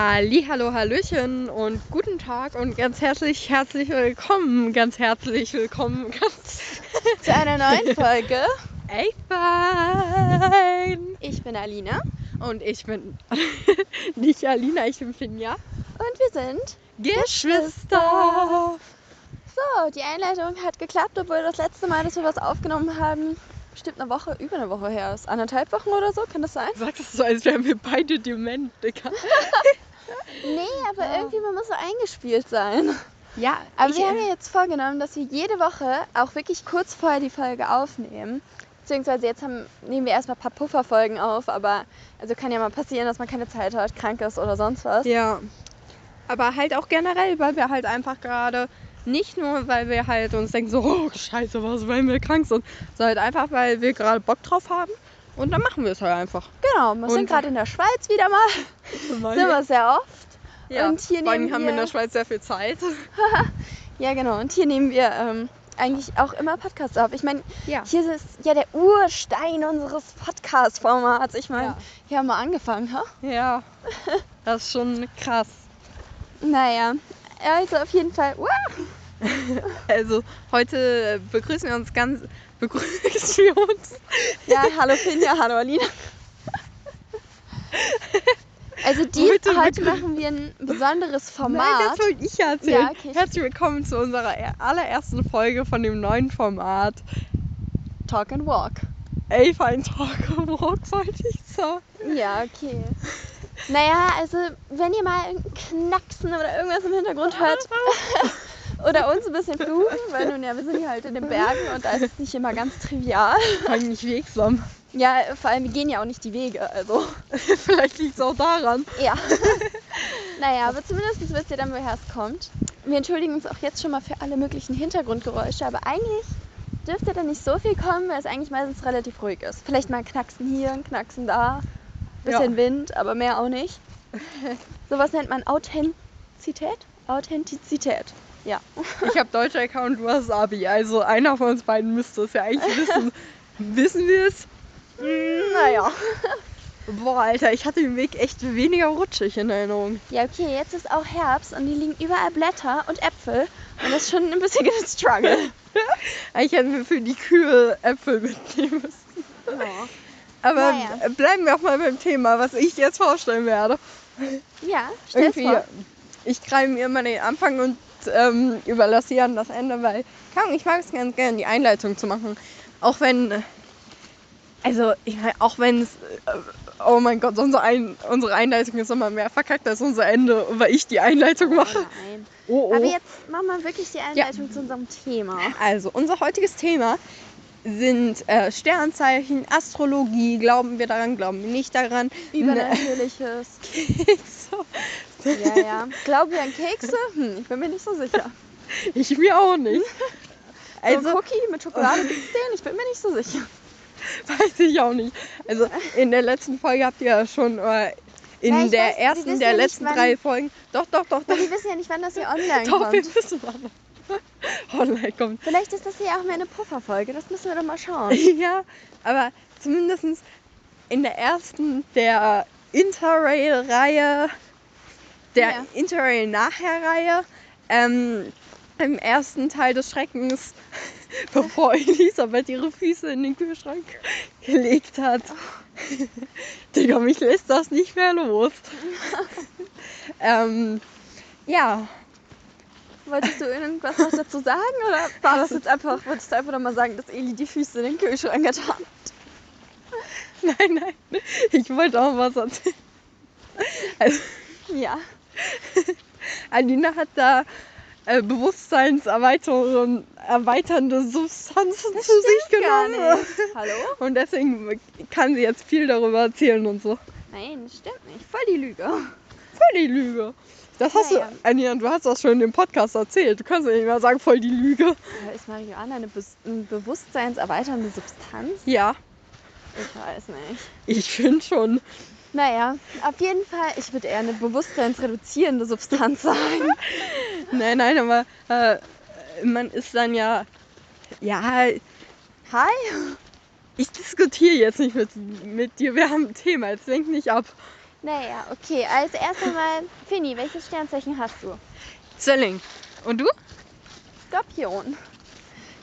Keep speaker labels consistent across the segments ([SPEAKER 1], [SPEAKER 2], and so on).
[SPEAKER 1] Hallo, Hallöchen und guten Tag und ganz herzlich, herzlich willkommen, ganz herzlich willkommen, ganz
[SPEAKER 2] zu einer neuen Folge.
[SPEAKER 1] echt fein.
[SPEAKER 2] Ich bin Alina
[SPEAKER 1] Und ich bin nicht Alina, ich bin Finja.
[SPEAKER 2] und wir sind.
[SPEAKER 1] Geschwister.
[SPEAKER 2] So, die Einleitung hat geklappt, obwohl das letzte Mal, dass wir was aufgenommen haben, bestimmt eine Woche, über eine Woche her ist. Anderthalb Wochen oder so, kann das sein?
[SPEAKER 1] Sag das so, als wären wir beide dement, Digga.
[SPEAKER 2] Nee, aber irgendwie, man muss so eingespielt sein. äh,
[SPEAKER 1] Ja,
[SPEAKER 2] Aber wir haben ja jetzt vorgenommen, dass wir jede Woche auch wirklich kurz vorher die Folge aufnehmen. Beziehungsweise jetzt haben, nehmen wir erstmal ein paar Pufferfolgen auf, aber also kann ja mal passieren, dass man keine Zeit hat, krank ist oder sonst was.
[SPEAKER 1] Ja. Aber halt auch generell, weil wir halt einfach gerade nicht nur, weil wir halt uns denken so, oh Scheiße, was, weil wir krank sind, sondern halt einfach, weil wir gerade Bock drauf haben und dann machen wir es halt einfach.
[SPEAKER 2] Genau, wir
[SPEAKER 1] Und-
[SPEAKER 2] sind gerade in der Schweiz wieder mal. Sind wir sehr oft.
[SPEAKER 1] Ja.
[SPEAKER 2] und hier
[SPEAKER 1] Vor allem
[SPEAKER 2] nehmen
[SPEAKER 1] haben wir in
[SPEAKER 2] wir-
[SPEAKER 1] der Schweiz sehr viel Zeit.
[SPEAKER 2] Ja, genau. Und hier nehmen wir ähm, eigentlich auch immer Podcasts auf. Ich meine,
[SPEAKER 1] Ja.
[SPEAKER 2] hier ist ja der Urstein unseres Podcast-Formats. Ich meine,
[SPEAKER 1] Ja.
[SPEAKER 2] hier haben wir angefangen, ha?
[SPEAKER 1] Ja. Das ist schon krass.
[SPEAKER 2] Naja. Also auf jeden Fall. Wow.
[SPEAKER 1] Also heute begrüßen wir uns ganz, begrüßen wir uns.
[SPEAKER 2] Ja, hallo Finja, hallo Alina. Also die,
[SPEAKER 1] Heute-
[SPEAKER 2] heute, machen wir ein besonderes Format.
[SPEAKER 1] Nein, das wollte ich ja erzählen.
[SPEAKER 2] Ja, okay.
[SPEAKER 1] Herzlich willkommen zu unserer allerersten Folge von dem neuen Format
[SPEAKER 2] Talk and Walk.
[SPEAKER 1] Ey, fein Talk sollte ich sagen.
[SPEAKER 2] Ja, okay. Naja, also wenn ihr mal irgendein Knacksen oder irgendwas im
[SPEAKER 1] Ah,
[SPEAKER 2] Hintergrund hört oder uns ein bisschen fluchen, weil nun ja, wir sind hier halt in den Bergen und da ist es nicht immer ganz trivial.
[SPEAKER 1] Eigentlich wegsam.
[SPEAKER 2] Ja, vor allem, wir gehen ja auch nicht die Wege, also.
[SPEAKER 1] Vielleicht liegt es auch daran.
[SPEAKER 2] Ja. naja, aber zumindest wisst ihr dann, woher es kommt. Wir entschuldigen uns auch jetzt schon mal für alle möglichen Hintergrundgeräusche, aber eigentlich dürfte da nicht so viel kommen, weil es eigentlich meistens relativ ruhig ist. Vielleicht mal ein Knacksen hier, ein Knacksen da,
[SPEAKER 1] Ja.
[SPEAKER 2] bisschen Wind, aber mehr auch nicht. Sowas nennt man Authentizität. Authentizität. Ja.
[SPEAKER 1] Ich habe deutscher Account, du hast Abi. Also einer von uns beiden müsste es ja eigentlich wissen. wissen wir es?
[SPEAKER 2] Hm, Naja.
[SPEAKER 1] Boah, Alter, ich hatte den Weg echt weniger rutschig in Erinnerung.
[SPEAKER 2] Ja, okay, jetzt ist auch Herbst und hier liegen überall Blätter und Äpfel. Und das ist schon ein bisschen ein Struggle.
[SPEAKER 1] Eigentlich hätten wir für die Kühe Äpfel mitnehmen müssen. Aber
[SPEAKER 2] Naja.
[SPEAKER 1] bleiben wir auch mal beim Thema, was ich jetzt vorstellen werde.
[SPEAKER 2] Ja, stell's
[SPEAKER 1] irgendwie,
[SPEAKER 2] vor.
[SPEAKER 1] ich greife mir immer den Anfang und ähm, überlasse Jan das Ende, weil keine Ahnung, ich mag es ganz gerne, die Einleitung zu machen. Auch wenn, äh, also ich mein, auch wenn es, äh, oh mein Gott, unsere, Ein unsere Einleitung ist immer mehr verkackt als unser Ende, weil ich die Einleitung
[SPEAKER 2] Oh Ne.
[SPEAKER 1] mache.
[SPEAKER 2] nein.
[SPEAKER 1] Oh,
[SPEAKER 2] Aber
[SPEAKER 1] oh.
[SPEAKER 2] jetzt machen wir wirklich die Einleitung zu unserem Thema.
[SPEAKER 1] Also, unser heutiges Thema sind äh, Sternzeichen, Astrologie, glauben wir daran, glauben wir nicht daran.
[SPEAKER 2] Übernatürliches.
[SPEAKER 1] so.
[SPEAKER 2] Ja, ja. Glauben wir an Kekse? Hm, ich bin mir nicht so sicher.
[SPEAKER 1] Ich mir auch nicht.
[SPEAKER 2] Also so ein Cookie mit Schokolade gibt's den? Ich bin mir nicht so sicher.
[SPEAKER 1] Weiß ich auch nicht. Also in der letzten Folge habt ihr ja schon, äh, in
[SPEAKER 2] Ja, ich
[SPEAKER 1] der
[SPEAKER 2] weiß, wir
[SPEAKER 1] ersten
[SPEAKER 2] wissen
[SPEAKER 1] der
[SPEAKER 2] ja nicht,
[SPEAKER 1] letzten
[SPEAKER 2] wann-
[SPEAKER 1] drei Folgen. Doch, doch, doch, doch.
[SPEAKER 2] Aber wir wissen ja nicht, wann das hier online
[SPEAKER 1] Doch, wir
[SPEAKER 2] kommt.
[SPEAKER 1] wissen wann. Online kommt.
[SPEAKER 2] Vielleicht ist das hier auch mehr eine Pufferfolge. Das müssen wir doch mal schauen.
[SPEAKER 1] Ja, aber zumindest in der ersten der Interrail-Reihe, der
[SPEAKER 2] Ja.
[SPEAKER 1] Interrail-Nachher-Reihe, ähm, im ersten Teil des Schreckens, bevor Elisabeth ihre Füße in den Kühlschrank gelegt hat. Digga, mich lässt das nicht mehr los. ähm, ja,
[SPEAKER 2] Wolltest du irgendwas noch dazu sagen oder war das jetzt einfach, wolltest du einfach noch mal sagen, dass Eli die Füße in den Kühlschrank hat?
[SPEAKER 1] nein, nein, ich wollte auch was erzählen. Also,
[SPEAKER 2] Ja.
[SPEAKER 1] Alina hat da äh, bewusstseinserweiternde Substanzen zu sich
[SPEAKER 2] Gar
[SPEAKER 1] genommen.
[SPEAKER 2] nicht. Hallo?
[SPEAKER 1] Und deswegen kann sie jetzt viel darüber erzählen und so.
[SPEAKER 2] Nein, das stimmt nicht. Voll die Lüge.
[SPEAKER 1] Voll die Lüge. Das hast
[SPEAKER 2] Naja.
[SPEAKER 1] du, Alina, du hast das schon im Podcast erzählt. Du kannst ja nicht mehr sagen, voll die Lüge.
[SPEAKER 2] Aber Ist Marihuana eine Bes ein bewusstseinserweiternde Substanz?
[SPEAKER 1] Ja,
[SPEAKER 2] Ich weiß nicht.
[SPEAKER 1] ich finde schon.
[SPEAKER 2] Naja, auf jeden Fall, ich würde eher eine bewusstseinsreduzierende Substanz sagen.
[SPEAKER 1] Nein, nein, aber äh, man ist dann ja. Ja,
[SPEAKER 2] Hi?
[SPEAKER 1] ich diskutiere jetzt nicht mit, mit dir. Wir haben ein Thema, jetzt lenk nicht ab.
[SPEAKER 2] Naja, okay. Also erst einmal, Fini, welches Sternzeichen hast du?
[SPEAKER 1] Selling. Und du?
[SPEAKER 2] Skorpion.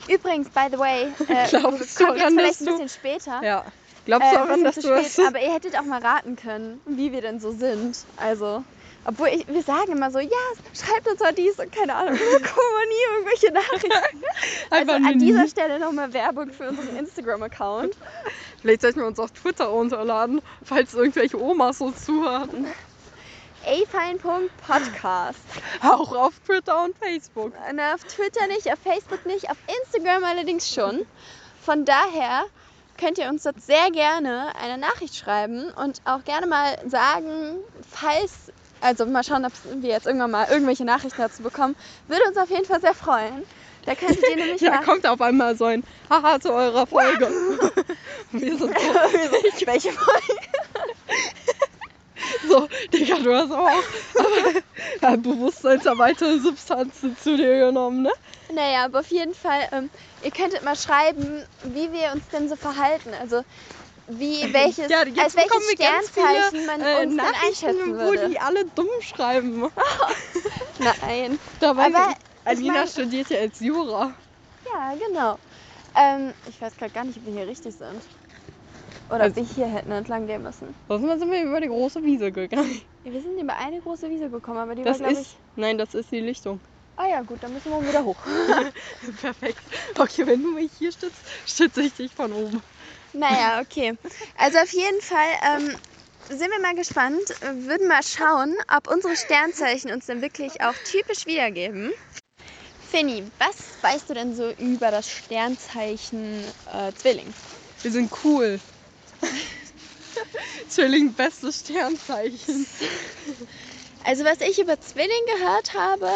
[SPEAKER 2] Übrigens, by the way, äh,
[SPEAKER 1] Glaubst
[SPEAKER 2] das
[SPEAKER 1] du
[SPEAKER 2] kommt jetzt
[SPEAKER 1] daran,
[SPEAKER 2] vielleicht
[SPEAKER 1] dass
[SPEAKER 2] ein
[SPEAKER 1] du-
[SPEAKER 2] bisschen später.
[SPEAKER 1] Ja. Glaubst du
[SPEAKER 2] Äh,
[SPEAKER 1] daran,
[SPEAKER 2] bisschen
[SPEAKER 1] dass
[SPEAKER 2] zu
[SPEAKER 1] du das...
[SPEAKER 2] spät, aber ihr hättet auch mal raten können, wie wir denn so sind. Also, obwohl ich, wir sagen immer so, ja, schreibt uns mal dies und keine Ahnung, wir bekommen aber nie irgendwelche Nachrichten. Also
[SPEAKER 1] Einfach nur
[SPEAKER 2] an dieser
[SPEAKER 1] nie.
[SPEAKER 2] Stelle nochmal Werbung für unseren Instagram-Account.
[SPEAKER 1] Vielleicht sollten wir uns auf Twitter runterladen, falls irgendwelche Omas so zuhören.
[SPEAKER 2] Afeinpunkt-Podcast.
[SPEAKER 1] Auch auf Twitter und Facebook.
[SPEAKER 2] Na, auf Twitter nicht, auf Facebook nicht, auf Instagram allerdings schon. Von daher könnt ihr uns dort sehr gerne eine Nachricht schreiben und auch gerne mal sagen, falls, also mal schauen, ob wir jetzt irgendwann mal irgendwelche Nachrichten dazu bekommen, würde uns auf jeden Fall sehr freuen. Da könntet ihr nämlich
[SPEAKER 1] Ja,
[SPEAKER 2] nach-
[SPEAKER 1] kommt auf einmal so ein Haha zu eurer Folge. wir sind
[SPEAKER 2] welche Folge?
[SPEAKER 1] so, Digga, du hast aber auch aber, ja, bewusstseinserweiterte Substanzen zu dir genommen, ne?
[SPEAKER 2] Naja, aber auf jeden Fall, ähm, ihr könntet mal schreiben, wie wir uns denn so verhalten. Also wie welches,
[SPEAKER 1] Ja,
[SPEAKER 2] als welches Sternzeichen man
[SPEAKER 1] äh,
[SPEAKER 2] uns denn einschätzen
[SPEAKER 1] wo
[SPEAKER 2] würde.
[SPEAKER 1] die alle dumm schreiben.
[SPEAKER 2] Nein.
[SPEAKER 1] Dabei,
[SPEAKER 2] Aber
[SPEAKER 1] Alina
[SPEAKER 2] mein-
[SPEAKER 1] studiert ja jetzt Jura.
[SPEAKER 2] Ja, genau. Ähm, ich weiß gerade gar nicht, ob wir hier richtig sind. Oder ob
[SPEAKER 1] Also-
[SPEAKER 2] wir hier hätten entlang gehen müssen.
[SPEAKER 1] Sonst mal sind wir über die große Wiese gegangen.
[SPEAKER 2] Wir sind über eine große Wiese gekommen, aber die
[SPEAKER 1] Das
[SPEAKER 2] war, glaube
[SPEAKER 1] ist.
[SPEAKER 2] ich...
[SPEAKER 1] Nein, das ist die Lichtung.
[SPEAKER 2] Ah ja, gut, dann müssen wir wieder hoch.
[SPEAKER 1] Perfekt. Okay, wenn du mich hier stützt, stütze ich dich von oben.
[SPEAKER 2] naja, okay. Also auf jeden Fall ähm, sind wir mal gespannt, äh, würden mal schauen, ob unsere Sternzeichen uns dann wirklich auch typisch wiedergeben. Finny, was weißt du denn so über das Sternzeichen äh, Zwilling?
[SPEAKER 1] Wir sind cool. Zwilling, bestes Sternzeichen.
[SPEAKER 2] Also was ich über Zwilling gehört habe,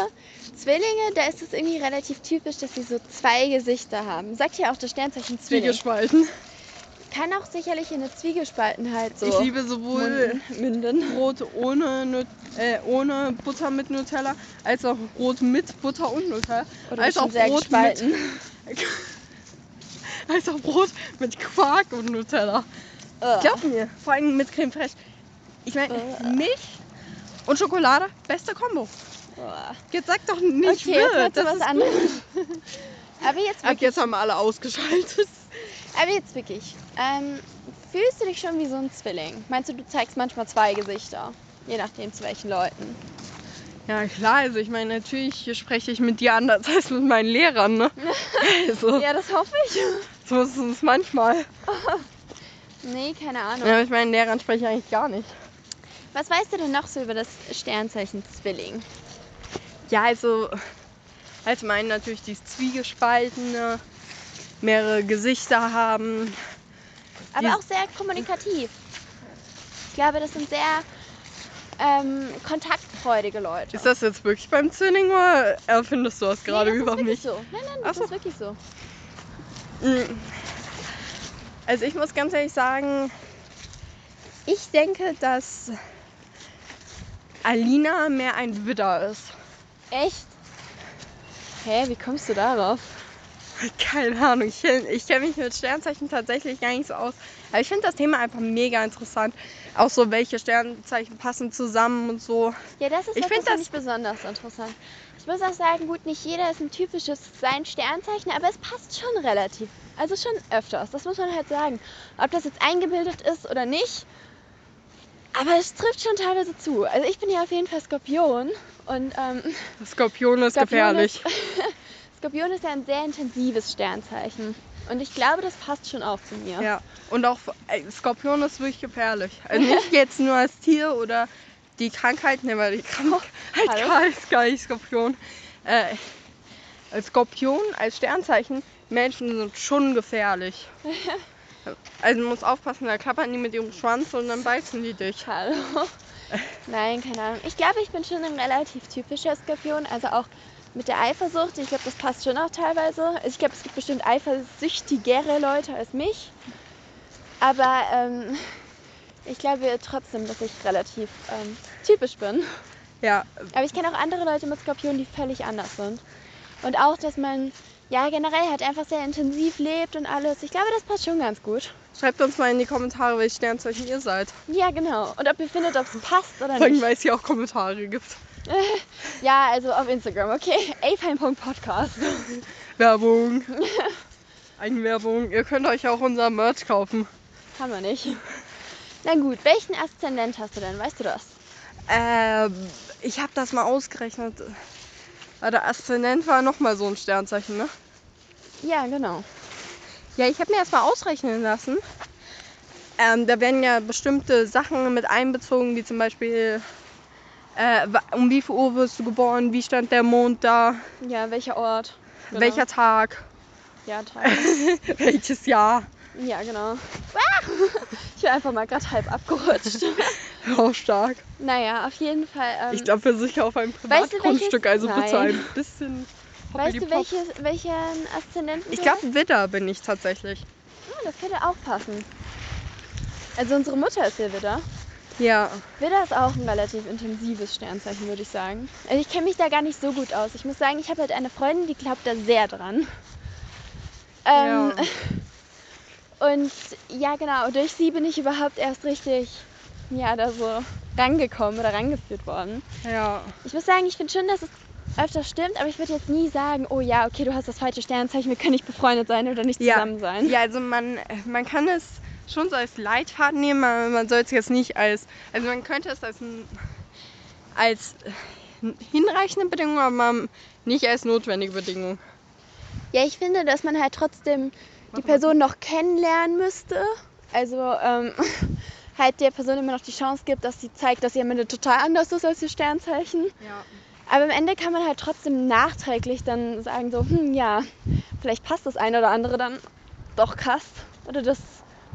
[SPEAKER 2] Zwillinge, da ist es irgendwie relativ typisch, dass sie so zwei Gesichter haben. Sagt ja auch das Sternzeichen Zwilling.
[SPEAKER 1] Zwiegespalten.
[SPEAKER 2] Kann auch sicherlich in eine Zwiegespaltenheit so
[SPEAKER 1] Ich liebe sowohl
[SPEAKER 2] münden. münden.
[SPEAKER 1] Brot ohne, Nut äh, ohne Butter mit Nutella, als auch Brot mit Butter und Nutella,
[SPEAKER 2] Oder
[SPEAKER 1] als
[SPEAKER 2] schon
[SPEAKER 1] auch
[SPEAKER 2] sehr
[SPEAKER 1] Brot
[SPEAKER 2] gespalten.
[SPEAKER 1] mit, als auch Brot mit Quark und Nutella.
[SPEAKER 2] Äh.
[SPEAKER 1] Glaub mir, vor allem mit Creme fraiche. Ich meine,
[SPEAKER 2] Äh.
[SPEAKER 1] Milch und Schokolade, beste Kombo.
[SPEAKER 2] Äh.
[SPEAKER 1] Jetzt sag doch nicht
[SPEAKER 2] okay, jetzt
[SPEAKER 1] will,
[SPEAKER 2] wird zu
[SPEAKER 1] das
[SPEAKER 2] was
[SPEAKER 1] ist
[SPEAKER 2] anderes. Aber jetzt
[SPEAKER 1] Ab
[SPEAKER 2] wirklich.
[SPEAKER 1] jetzt haben wir alle ausgeschaltet.
[SPEAKER 2] Aber jetzt wirklich. Ähm, fühlst du dich schon wie so ein Zwilling? Meinst du, du zeigst manchmal zwei Gesichter? Je nachdem zu welchen Leuten.
[SPEAKER 1] Ja klar, also ich meine, natürlich spreche ich mit dir anders als mit meinen Lehrern, ne? Also,
[SPEAKER 2] Ja, das hoffe ich.
[SPEAKER 1] so ist es manchmal.
[SPEAKER 2] Nee, keine Ahnung.
[SPEAKER 1] Ja, mit meinen Lehrern spreche ich eigentlich gar nicht.
[SPEAKER 2] Was weißt du denn noch so über das Sternzeichen Zwilling?
[SPEAKER 1] Ja, also allgemein natürlich dieses Zwiegespaltene, ne? mehrere Gesichter haben.
[SPEAKER 2] Aber
[SPEAKER 1] Dies-
[SPEAKER 2] auch sehr kommunikativ. Ich glaube, das sind sehr ähm, kontaktfreudige Leute.
[SPEAKER 1] Ist das jetzt wirklich beim Zwilling oder erfindest du das gerade
[SPEAKER 2] nee, das
[SPEAKER 1] über
[SPEAKER 2] ist wirklich
[SPEAKER 1] mich?
[SPEAKER 2] So. Nein, nein,
[SPEAKER 1] Ach
[SPEAKER 2] das
[SPEAKER 1] so.
[SPEAKER 2] ist wirklich so.
[SPEAKER 1] Mm. Also ich muss ganz ehrlich sagen, ich denke, dass Alina mehr ein Widder ist.
[SPEAKER 2] Echt? Hä, wie kommst du darauf?
[SPEAKER 1] Keine Ahnung, ich, kenn- ich kenne mich mit Sternzeichen tatsächlich gar nicht so aus. Aber ich finde das Thema einfach mega interessant. Auch so, welche Sternzeichen passen zusammen und so.
[SPEAKER 2] Ja, das ist
[SPEAKER 1] Ich
[SPEAKER 2] was,
[SPEAKER 1] find
[SPEAKER 2] das fand
[SPEAKER 1] das-
[SPEAKER 2] ich besonders interessant. Ich muss auch sagen, gut, nicht jeder ist ein typisches sein Sternzeichen, aber es passt schon relativ. Also schon öfters, das muss man halt sagen. Ob das jetzt eingebildet ist oder nicht, aber es trifft schon teilweise zu. Also ich bin ja auf jeden Fall Skorpion und ähm,
[SPEAKER 1] Skorpion ist
[SPEAKER 2] Skorpion
[SPEAKER 1] gefährlich.
[SPEAKER 2] Ist, Skorpion ist ja ein sehr intensives Sternzeichen. Und ich glaube, das passt schon auch zu mir.
[SPEAKER 1] Ja. Und auch äh, Skorpion ist wirklich gefährlich. Also nicht jetzt nur als Tier oder die Krankheit, ne, weil die Krankheit
[SPEAKER 2] hallo.
[SPEAKER 1] heißt gar nicht Skorpion. Äh, als Skorpion, als Sternzeichen, Menschen sind schon gefährlich. Also man muss aufpassen, da klappern die mit ihrem Schwanz und dann beißen die dich.
[SPEAKER 2] Hallo. Nein, keine Ahnung. Ich glaube, ich bin schon ein relativ typischer Skorpion. Also auch mit der Eifersucht. Ich glaube, das passt schon auch teilweise. Also ich glaube, es gibt bestimmt eifersüchtigere Leute als mich. Aber ähm, ich glaube trotzdem, dass ich relativ ähm, typisch bin.
[SPEAKER 1] Ja,
[SPEAKER 2] Aber ich kenne auch andere Leute mit Skorpion, die völlig anders sind. Und auch, dass man ja generell halt einfach sehr intensiv lebt und alles. Ich glaube, das passt schon ganz gut.
[SPEAKER 1] Schreibt uns mal in die Kommentare, welches Sternzeichen ihr seid.
[SPEAKER 2] Ja, genau. Und ob ihr findet, ob es passt oder
[SPEAKER 1] Vor allem,
[SPEAKER 2] nicht.
[SPEAKER 1] weil es hier auch Kommentare gibt.
[SPEAKER 2] Ja, also auf Instagram, okay? afein.podcast.
[SPEAKER 1] Werbung. Eigenwerbung. Ihr könnt euch auch unser Merch kaufen.
[SPEAKER 2] Haben wir nicht. Na gut, welchen Aszendent hast du denn? Weißt du das?
[SPEAKER 1] Ähm, ich habe das mal ausgerechnet. Weil der Aszendent war nochmal so ein Sternzeichen, ne?
[SPEAKER 2] Ja, genau.
[SPEAKER 1] Ja, ich habe mir erstmal ausrechnen lassen. Ähm, da werden ja bestimmte Sachen mit einbezogen, wie zum Beispiel, äh, wa- um wie viel Uhr wirst du geboren, wie stand der Mond da,
[SPEAKER 2] Ja, welcher Ort? Genau.
[SPEAKER 1] welcher Tag,
[SPEAKER 2] Ja, Tag.
[SPEAKER 1] welches Jahr.
[SPEAKER 2] Ja, genau. Ah! Ich bin einfach mal gerade halb abgerutscht.
[SPEAKER 1] Auch stark.
[SPEAKER 2] naja, auf jeden Fall. Ähm,
[SPEAKER 1] ich glaube, wir sind ja auf einem
[SPEAKER 2] weißt du,
[SPEAKER 1] Privatgrundstück,
[SPEAKER 2] welches-
[SPEAKER 1] also bitte
[SPEAKER 2] Nein.
[SPEAKER 1] ein bisschen.
[SPEAKER 2] weißt du,
[SPEAKER 1] hoppidi-pop.
[SPEAKER 2] welches, welchen Aszendenten
[SPEAKER 1] Ich
[SPEAKER 2] du
[SPEAKER 1] glaube, Widder bin ich tatsächlich.
[SPEAKER 2] hast? Hm, das könnte auch passen. Also unsere Mutter ist hier Widder.
[SPEAKER 1] Ja.
[SPEAKER 2] Widder ist auch ein relativ intensives Sternzeichen, würde ich sagen. Also ich kenne mich da gar nicht so gut aus. Ich muss sagen, ich habe halt eine Freundin, die glaubt da sehr dran. Ähm,
[SPEAKER 1] Ja.
[SPEAKER 2] Und ja, genau, durch sie bin ich überhaupt erst richtig, ja, da so rangekommen oder rangeführt worden.
[SPEAKER 1] Ja.
[SPEAKER 2] Ich muss sagen, ich finde schon, dass es öfter stimmt, aber ich würde jetzt nie sagen, oh ja, okay, du hast das falsche Sternzeichen, wir können nicht befreundet sein oder nicht
[SPEAKER 1] Ja.
[SPEAKER 2] zusammen sein.
[SPEAKER 1] Ja, also man, man kann es schon so als Leitfaden nehmen, aber man soll es jetzt nicht als, also man könnte es als, n- als hinreichende Bedingung, aber man- nicht als notwendige Bedingung.
[SPEAKER 2] Ja, ich finde, dass man halt trotzdem die
[SPEAKER 1] Mach mal.
[SPEAKER 2] Person noch kennenlernen müsste. Also ähm, halt der Person immer noch die Chance gibt, dass sie zeigt, dass sie am Ende total anders ist als ihr Sternzeichen.
[SPEAKER 1] Ja.
[SPEAKER 2] Aber am Ende kann man halt trotzdem nachträglich dann sagen so, hm, ja, vielleicht passt das eine oder andere dann doch krass. Oder das,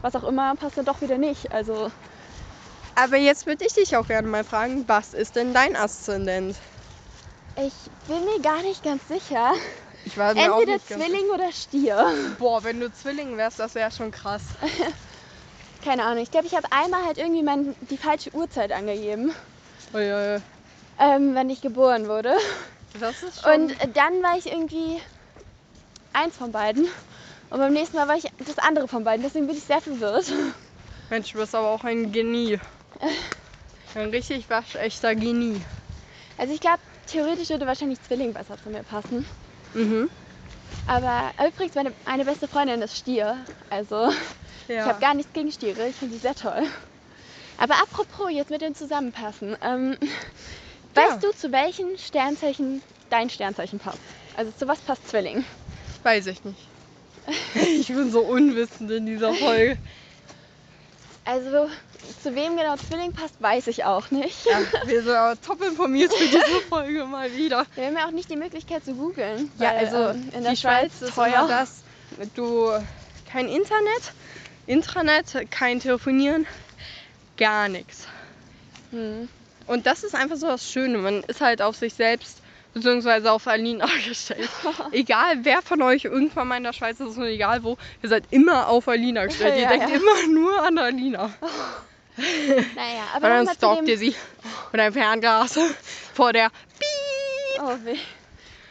[SPEAKER 2] was auch immer, passt dann doch wieder nicht. Also
[SPEAKER 1] Aber jetzt würde ich dich auch gerne mal fragen, was ist denn dein Aszendent?
[SPEAKER 2] ich bin mir gar nicht ganz sicher.
[SPEAKER 1] Ich war mir auch
[SPEAKER 2] Entweder
[SPEAKER 1] nicht ganz-
[SPEAKER 2] Zwilling oder Stier.
[SPEAKER 1] Boah, wenn du Zwilling wärst, das wäre schon krass.
[SPEAKER 2] Keine Ahnung. Ich glaube, ich habe einmal halt irgendwie mein, die falsche Uhrzeit angegeben.
[SPEAKER 1] Uiuiui.
[SPEAKER 2] ähm, wenn ich geboren wurde.
[SPEAKER 1] Das ist schon...
[SPEAKER 2] Und äh, dann war ich irgendwie eins von beiden. Und beim nächsten Mal war ich das andere von beiden. Deswegen bin ich sehr verwirrt.
[SPEAKER 1] Mensch, du bist aber auch ein Genie. Ein richtig waschechter Genie.
[SPEAKER 2] Also ich glaube, theoretisch würde wahrscheinlich Zwilling besser zu mir passen.
[SPEAKER 1] Mhm.
[SPEAKER 2] Aber übrigens, meine eine beste Freundin ist Stier. Also
[SPEAKER 1] Ja.
[SPEAKER 2] ich habe gar nichts gegen Stiere. Ich finde sie sehr toll. Aber apropos, jetzt mit dem Zusammenpassen. Ähm,
[SPEAKER 1] Ja.
[SPEAKER 2] Weißt du, zu welchen Sternzeichen dein Sternzeichen passt? Also zu was passt Zwilling?
[SPEAKER 1] Weiß ich nicht. Ich bin so unwissend in dieser Folge.
[SPEAKER 2] Also zu wem genau Zwilling passt, weiß ich auch nicht.
[SPEAKER 1] Ja, wir sind aber top informiert für diese Folge mal wieder.
[SPEAKER 2] Wir haben ja auch nicht die Möglichkeit zu googeln.
[SPEAKER 1] Ja,
[SPEAKER 2] weil,
[SPEAKER 1] also
[SPEAKER 2] ähm,
[SPEAKER 1] in der Schweiz, ist teuer. immer das. Du kein Internet, Intranet, kein Telefonieren, gar nichts.
[SPEAKER 2] Hm.
[SPEAKER 1] Und das ist einfach so das Schöne. Man ist halt auf sich selbst beziehungsweise auf Aline gestellt. egal wer von euch irgendwann mal in der Schweiz ist und egal wo, ihr seid immer auf Alina gestellt. Ihr
[SPEAKER 2] Ja,
[SPEAKER 1] denkt
[SPEAKER 2] ja.
[SPEAKER 1] immer nur an Alina.
[SPEAKER 2] Naja,
[SPEAKER 1] Und
[SPEAKER 2] aber
[SPEAKER 1] dann
[SPEAKER 2] nochmal zu
[SPEAKER 1] stalkt
[SPEAKER 2] dem...
[SPEAKER 1] ihr sie mit einem Fernglas vor der Piep
[SPEAKER 2] Oh, weh.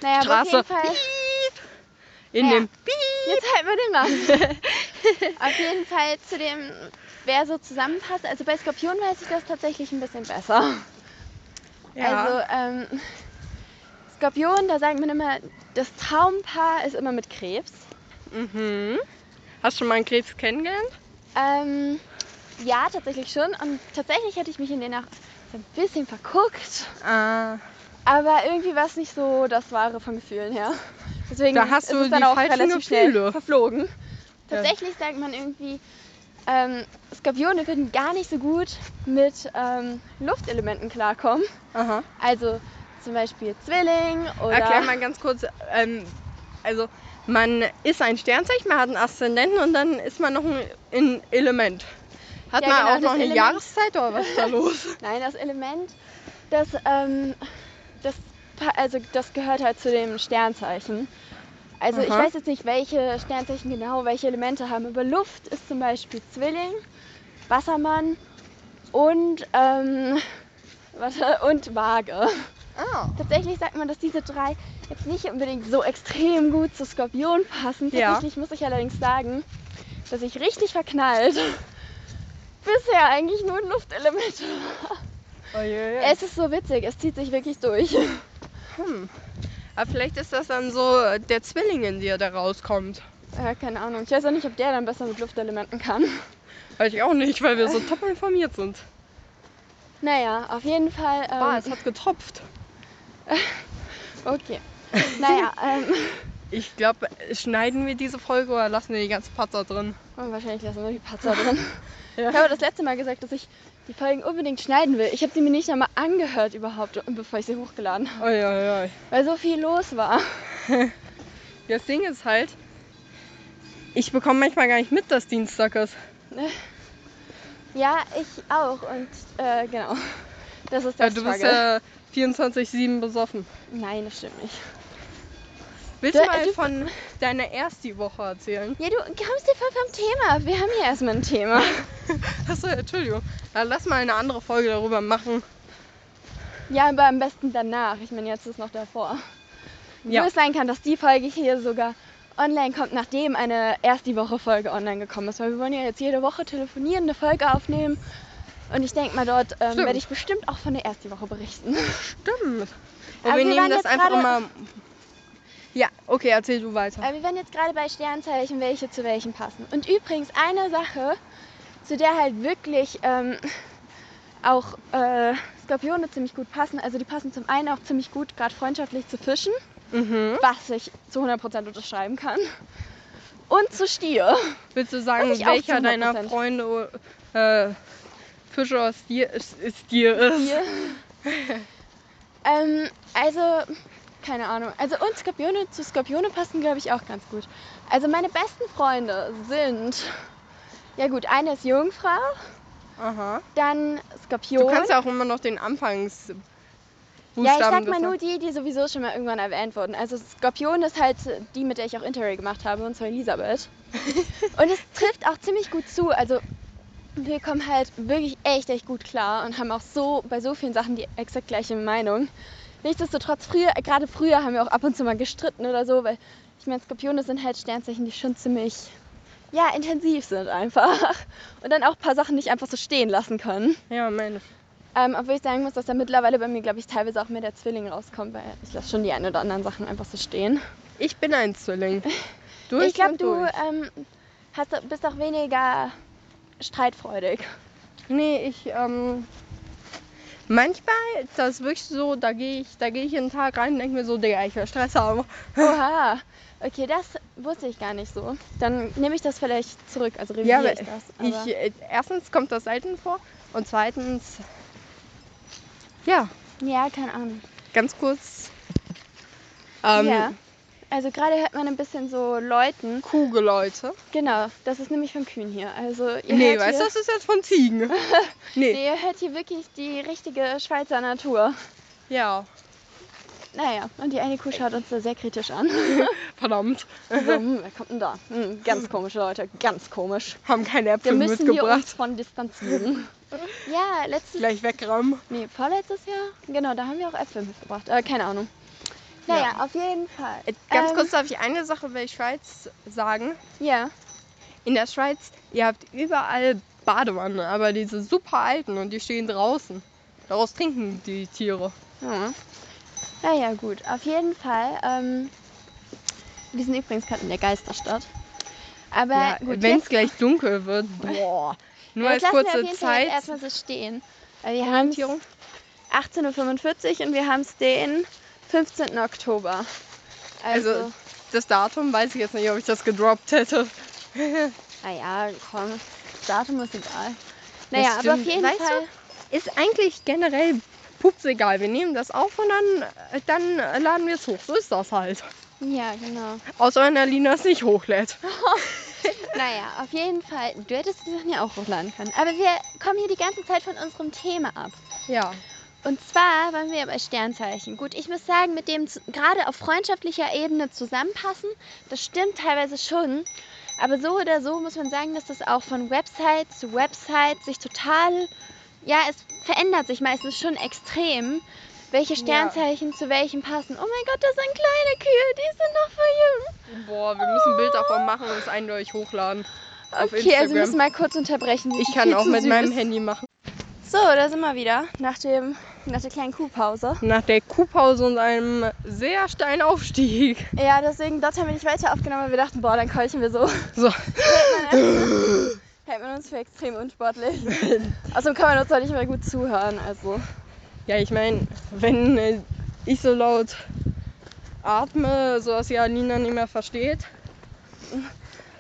[SPEAKER 2] Naja, aber
[SPEAKER 1] Straße.
[SPEAKER 2] auf jeden Fall...
[SPEAKER 1] Piep. In
[SPEAKER 2] Ja.
[SPEAKER 1] dem Piep.
[SPEAKER 2] Jetzt halten wir den Mann. auf jeden Fall zu dem, wer so zusammenpasst. Also bei Skorpion weiß ich das tatsächlich ein bisschen besser. Also, ähm... Skorpion, da sagt man immer, das Traumpaar ist immer mit Krebs.
[SPEAKER 1] mhm. Hast du schon mal einen Krebs kennengelernt?
[SPEAKER 2] Ähm, ja, tatsächlich schon. Und tatsächlich hätte ich mich in den auch so ein bisschen verguckt.
[SPEAKER 1] Ah.
[SPEAKER 2] Aber irgendwie war es nicht so das Wahre von Gefühlen her. Deswegen
[SPEAKER 1] Da hast
[SPEAKER 2] ist
[SPEAKER 1] du
[SPEAKER 2] es dann
[SPEAKER 1] die
[SPEAKER 2] auch
[SPEAKER 1] falschen
[SPEAKER 2] relativ
[SPEAKER 1] Gefühle.
[SPEAKER 2] schnell verflogen. Tatsächlich sagt man irgendwie, ähm, Skorpione würden gar nicht so gut mit ähm, Luftelementen klarkommen.
[SPEAKER 1] Aha.
[SPEAKER 2] Also zum Beispiel Zwilling oder.
[SPEAKER 1] Erklär mal ganz kurz. Ähm, also, man ist ein Sternzeichen, man hat einen Aszendenten und dann ist man noch ein, ein Element. Hat
[SPEAKER 2] Ja,
[SPEAKER 1] man
[SPEAKER 2] genau,
[SPEAKER 1] auch
[SPEAKER 2] das
[SPEAKER 1] noch eine
[SPEAKER 2] Element-
[SPEAKER 1] Jahreszeit oder was ist da los?
[SPEAKER 2] Nein, das Element, das, ähm, das, pa- also das gehört halt zu dem Sternzeichen. Also ich
[SPEAKER 1] Aha.
[SPEAKER 2] weiß jetzt nicht, welche Sternzeichen genau welche Elemente haben. Aber Luft ist zum Beispiel Zwilling, Wassermann und, ähm, warte, und Waage. Oh.
[SPEAKER 1] Ah.
[SPEAKER 2] Tatsächlich sagt man, dass diese drei jetzt nicht unbedingt so extrem gut zu Skorpion passen.
[SPEAKER 1] Ja.
[SPEAKER 2] Tatsächlich muss ich allerdings sagen, dass ich richtig verknallt bisher eigentlich nur ein Luftelement war.
[SPEAKER 1] Oh, je, je.
[SPEAKER 2] Es ist so witzig, es zieht sich wirklich durch.
[SPEAKER 1] Hm. Aber vielleicht ist das dann so der Zwilling in dir, der rauskommt.
[SPEAKER 2] Äh, keine Ahnung. Ich weiß auch nicht, ob der dann besser mit Luftelementen kann.
[SPEAKER 1] Weiß ich auch nicht, weil wir so top informiert sind.
[SPEAKER 2] Naja, auf jeden Fall. Ähm,
[SPEAKER 1] Ah, es hat getropft.
[SPEAKER 2] Okay. Naja, ähm,
[SPEAKER 1] Ich glaube, schneiden wir diese Folge oder lassen wir die ganze Patzer drin?
[SPEAKER 2] und oh, wahrscheinlich lassen wir die Patzer drin.
[SPEAKER 1] Ja.
[SPEAKER 2] Ich habe das letzte Mal gesagt, dass ich die Folgen unbedingt schneiden will. Ich habe sie mir nicht einmal angehört überhaupt, bevor ich sie hochgeladen habe.
[SPEAKER 1] Oi, oi, oi.
[SPEAKER 2] Weil so viel los war.
[SPEAKER 1] Das Ding ist halt, ich bekomme manchmal gar nicht mit, dass Dienstag ist.
[SPEAKER 2] Ja, ich auch. Und äh, genau. Das ist
[SPEAKER 1] Ja,
[SPEAKER 2] der
[SPEAKER 1] Also, du bist
[SPEAKER 2] Struggle.
[SPEAKER 1] ja 24-7 besoffen.
[SPEAKER 2] Nein, das stimmt nicht.
[SPEAKER 1] Willst du
[SPEAKER 2] Du-
[SPEAKER 1] mal
[SPEAKER 2] du-
[SPEAKER 1] von deiner ersten Woche erzählen?
[SPEAKER 2] Ja, du kommst dir voll vom Thema. ab. Wir haben hier erstmal ein Thema.
[SPEAKER 1] Achso, Entschuldigung. Ja, lass mal eine andere Folge darüber machen.
[SPEAKER 2] Ja, aber am besten danach. Ich meine, jetzt ist noch davor.
[SPEAKER 1] Ja.
[SPEAKER 2] Wo es sein kann, dass die Folge hier sogar online kommt, nachdem eine erst die Woche Folge online gekommen ist. Weil wir wollen ja jetzt jede Woche telefonieren, eine Folge aufnehmen. Und ich denke mal, dort ähm,
[SPEAKER 1] Stimmt.
[SPEAKER 2] werde ich bestimmt auch von der erst die Woche berichten.
[SPEAKER 1] Stimmt. Und
[SPEAKER 2] Aber
[SPEAKER 1] wir
[SPEAKER 2] wir
[SPEAKER 1] nehmen
[SPEAKER 2] waren
[SPEAKER 1] das
[SPEAKER 2] jetzt
[SPEAKER 1] einfach
[SPEAKER 2] gerade-
[SPEAKER 1] immer. Ja, okay, erzähl du weiter.
[SPEAKER 2] Äh, wir werden jetzt gerade bei Sternzeichen, welche zu welchen passen. Und übrigens eine Sache, zu der halt wirklich ähm, auch äh, Skorpione ziemlich gut passen. Also die passen zum einen auch ziemlich gut, gerade freundschaftlich zu Fischen,
[SPEAKER 1] Mhm.
[SPEAKER 2] was ich zu 100% unterschreiben kann. Und zu Stier.
[SPEAKER 1] Willst du sagen,
[SPEAKER 2] Mach ich auch
[SPEAKER 1] welcher
[SPEAKER 2] zu
[SPEAKER 1] deiner
[SPEAKER 2] 100%.
[SPEAKER 1] Freunde äh, Fische aus dir ist, ist dir ist?
[SPEAKER 2] Stier. ähm, also, keine Ahnung. Also und Skorpione zu Skorpione passen, glaube ich, auch ganz gut. Also meine besten Freunde sind... Ja gut, eine ist Jungfrau.
[SPEAKER 1] Aha.
[SPEAKER 2] Dann Skorpion.
[SPEAKER 1] Du kannst ja auch immer noch den Anfangsbuchstaben.
[SPEAKER 2] ja, ich sag mal
[SPEAKER 1] bitte.
[SPEAKER 2] nur die, die sowieso schon mal irgendwann erwähnt wurden. Also Skorpion ist halt die, mit der ich auch Interrail gemacht habe, und zwar Elisabeth. und es trifft auch ziemlich gut zu. Also wir kommen halt wirklich echt, echt gut klar und haben auch so bei so vielen Sachen die exakt gleiche Meinung. Nichtsdestotrotz, früher, gerade früher haben wir auch ab und zu mal gestritten oder so, weil ich meine, Skorpione sind halt Sternzeichen, die schon ziemlich, ja, intensiv sind einfach. Und dann auch ein paar Sachen nicht einfach so stehen lassen können.
[SPEAKER 1] Ja, Mensch.
[SPEAKER 2] Ähm, obwohl ich sagen muss, dass da mittlerweile bei mir, glaube ich, teilweise auch mehr der Zwilling rauskommt, weil ich lasse schon die ein oder anderen Sachen einfach so stehen.
[SPEAKER 1] Ich bin ein Zwilling. Durch
[SPEAKER 2] ich glaube,
[SPEAKER 1] und
[SPEAKER 2] du
[SPEAKER 1] durch.
[SPEAKER 2] ähm, hast, bist auch weniger streitfreudig.
[SPEAKER 1] Nee, ich, ähm. Manchmal, das ist wirklich so, da gehe ich, da gehe ich jeden Tag rein und denke mir so, Digga, ich will Stress haben.
[SPEAKER 2] Oha. Okay, das wusste ich gar nicht so. Dann nehme ich das vielleicht zurück, also revidiere
[SPEAKER 1] aber
[SPEAKER 2] ich das. Aber
[SPEAKER 1] Ich, äh, erstens kommt das selten vor und zweitens, ja,
[SPEAKER 2] ja, keine Ahnung.
[SPEAKER 1] ganz kurz. Ähm,
[SPEAKER 2] ja. Also gerade hört man ein bisschen so Leuten.
[SPEAKER 1] Kuhgeleute.
[SPEAKER 2] Genau, das ist nämlich vom Kühn hier. Also ihr
[SPEAKER 1] Nee,
[SPEAKER 2] hört
[SPEAKER 1] weißt du,
[SPEAKER 2] hier,
[SPEAKER 1] das ist jetzt von Ziegen. nee.
[SPEAKER 2] Nee, ihr hört hier wirklich die richtige Schweizer Natur.
[SPEAKER 1] Ja,
[SPEAKER 2] Naja, und die eine Kuh schaut uns da sehr kritisch an.
[SPEAKER 1] verdammt.
[SPEAKER 2] So, hm, wer kommt denn da? Hm, ganz komische Leute, ganz komisch.
[SPEAKER 1] Haben keine
[SPEAKER 2] Wir
[SPEAKER 1] Äpfel
[SPEAKER 2] müssen wir uns
[SPEAKER 1] mitgebracht.
[SPEAKER 2] von distanzieren. ja, letztes
[SPEAKER 1] Gleich wegrammen.
[SPEAKER 2] Nee, vorletztes Jahr? Genau, da haben wir auch Äpfel mitgebracht. Äh, keine Ahnung. Naja, auf jeden Fall.
[SPEAKER 1] Äh, Ganz
[SPEAKER 2] Ähm,
[SPEAKER 1] kurz darf ich eine Sache über die Schweiz sagen.
[SPEAKER 2] Ja.
[SPEAKER 1] In der Schweiz, ihr habt überall Badewannen, aber diese super alten und die stehen draußen. Daraus trinken die Tiere.
[SPEAKER 2] ja. Naja, gut. Auf jeden Fall. Ähm, wir sind übrigens gerade in der Geisterstadt. Aber
[SPEAKER 1] Ja,
[SPEAKER 2] gut,
[SPEAKER 1] Wenn es
[SPEAKER 2] jetzt-
[SPEAKER 1] gleich dunkel wird, boah. Nur
[SPEAKER 2] Ja,
[SPEAKER 1] als
[SPEAKER 2] jetzt lassen wir auf
[SPEAKER 1] kurze
[SPEAKER 2] jeden Fall jetzt
[SPEAKER 1] Zeit.
[SPEAKER 2] Erstmal so stehen. Weil Wir haben
[SPEAKER 1] Orientierung.
[SPEAKER 2] 18.45 Uhr und wir haben es den 15. Oktober. Also,
[SPEAKER 1] Also, das Datum weiß ich jetzt nicht, ob ich das gedroppt hätte.
[SPEAKER 2] naja, komm, das Datum ist egal. Naja, aber auf
[SPEAKER 1] stimmt.
[SPEAKER 2] jeden
[SPEAKER 1] Weißt du,
[SPEAKER 2] Fall.
[SPEAKER 1] Ist eigentlich generell pups egal. Wir nehmen das auf und dann, äh, dann äh, laden wir es hoch. So ist das halt.
[SPEAKER 2] Ja, genau.
[SPEAKER 1] Außer wenn Alina es nicht hochlädt.
[SPEAKER 2] Naja, auf jeden Fall. Du hättest die Sachen ja auch hochladen können. Aber wir kommen hier die ganze Zeit von unserem Thema ab.
[SPEAKER 1] Ja.
[SPEAKER 2] Und zwar waren wir bei Sternzeichen. Gut, ich muss sagen, mit dem zu- gerade auf freundschaftlicher Ebene zusammenpassen, das stimmt teilweise schon. Aber so oder so muss man sagen, dass das auch von Website zu Website sich total, ja, es verändert sich meistens schon extrem, welche Sternzeichen zu welchem passen. Oh mein Gott, das sind kleine Kühe, die sind noch voll jung.
[SPEAKER 1] Boah, wir müssen ein Bild davon machen und es eindeutig hochladen. auf
[SPEAKER 2] Okay, also wir
[SPEAKER 1] Instagram.
[SPEAKER 2] müssen mal kurz unterbrechen. die
[SPEAKER 1] ich
[SPEAKER 2] sind
[SPEAKER 1] kann
[SPEAKER 2] viel
[SPEAKER 1] auch
[SPEAKER 2] zu
[SPEAKER 1] mit
[SPEAKER 2] süß.
[SPEAKER 1] meinem Handy machen.
[SPEAKER 2] So, da sind wir wieder. Nach, dem, nach der kleinen Kuhpause.
[SPEAKER 1] Nach der Kuhpause und einem sehr steilen Aufstieg.
[SPEAKER 2] Ja, deswegen, dort haben wir nicht weiter aufgenommen, weil wir dachten, boah, dann keuchen wir so.
[SPEAKER 1] So,
[SPEAKER 2] Hält man uns für extrem unsportlich. Außerdem kann man uns auch nicht mehr gut zuhören. Also.
[SPEAKER 1] ja, ich meine, wenn äh, ich so laut atme, so dass ja Nina nicht mehr versteht,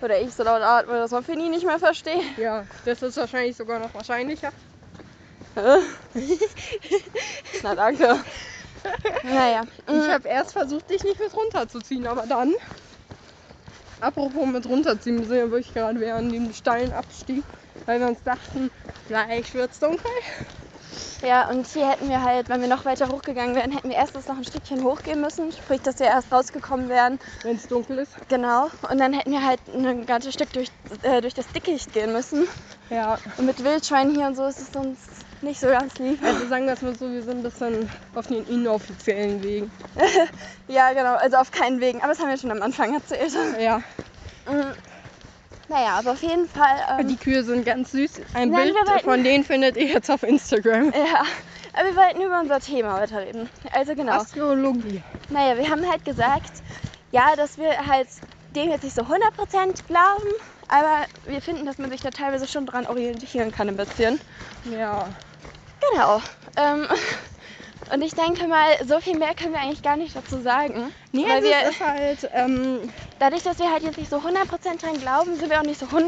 [SPEAKER 2] Oder ich so laut atme, dass man Fini nicht mehr versteht.
[SPEAKER 1] ja, das ist wahrscheinlich sogar noch wahrscheinlicher.
[SPEAKER 2] Na danke. Naja.
[SPEAKER 1] Ich habe erst versucht, dich nicht mit runterzuziehen, aber dann. Apropos mit runterziehen, wir sind ja wirklich gerade während dem steilen Abstieg, weil wir uns dachten, gleich wird's dunkel.
[SPEAKER 2] Ja, und hier hätten wir halt, wenn wir noch weiter hochgegangen wären, hätten wir erstens noch ein Stückchen hochgehen müssen. Sprich, dass wir erst rausgekommen wären.
[SPEAKER 1] Wenn es dunkel ist.
[SPEAKER 2] Genau. Und dann hätten wir halt ein ganzes Stück durch, äh, durch das Dickicht gehen müssen.
[SPEAKER 1] Ja,
[SPEAKER 2] Und mit Wildschweinen hier und so ist es uns nicht so ganz lieb.
[SPEAKER 1] also sagen wir es mal so, wir sind ein bisschen auf den inoffiziellen Wegen.
[SPEAKER 2] Ja, genau. Also auf keinen Wegen. Aber das haben wir schon am Anfang erzählt.
[SPEAKER 1] Ja,
[SPEAKER 2] Mm. Naja, aber auf jeden Fall. Ähm,
[SPEAKER 1] die Kühe sind ganz süß. Ein
[SPEAKER 2] Nein, wir
[SPEAKER 1] Bild
[SPEAKER 2] wollten-
[SPEAKER 1] von denen findet ihr jetzt auf Instagram.
[SPEAKER 2] ja. Aber wir wollten über unser Thema weiterreden. Also genau.
[SPEAKER 1] Astrologie.
[SPEAKER 2] Naja, wir haben halt gesagt, ja, dass wir halt dem jetzt nicht so 100% glauben, aber wir finden, dass man sich da teilweise schon dran orientieren kann ein bisschen.
[SPEAKER 1] Ja,
[SPEAKER 2] Genau. Ähm, und ich denke mal, so viel mehr können wir eigentlich gar nicht dazu sagen.
[SPEAKER 1] nee,
[SPEAKER 2] weil
[SPEAKER 1] also es
[SPEAKER 2] wir,
[SPEAKER 1] ist halt ähm,
[SPEAKER 2] dadurch, dass wir halt jetzt nicht so 100% dran glauben, sind wir auch nicht so 100% äh,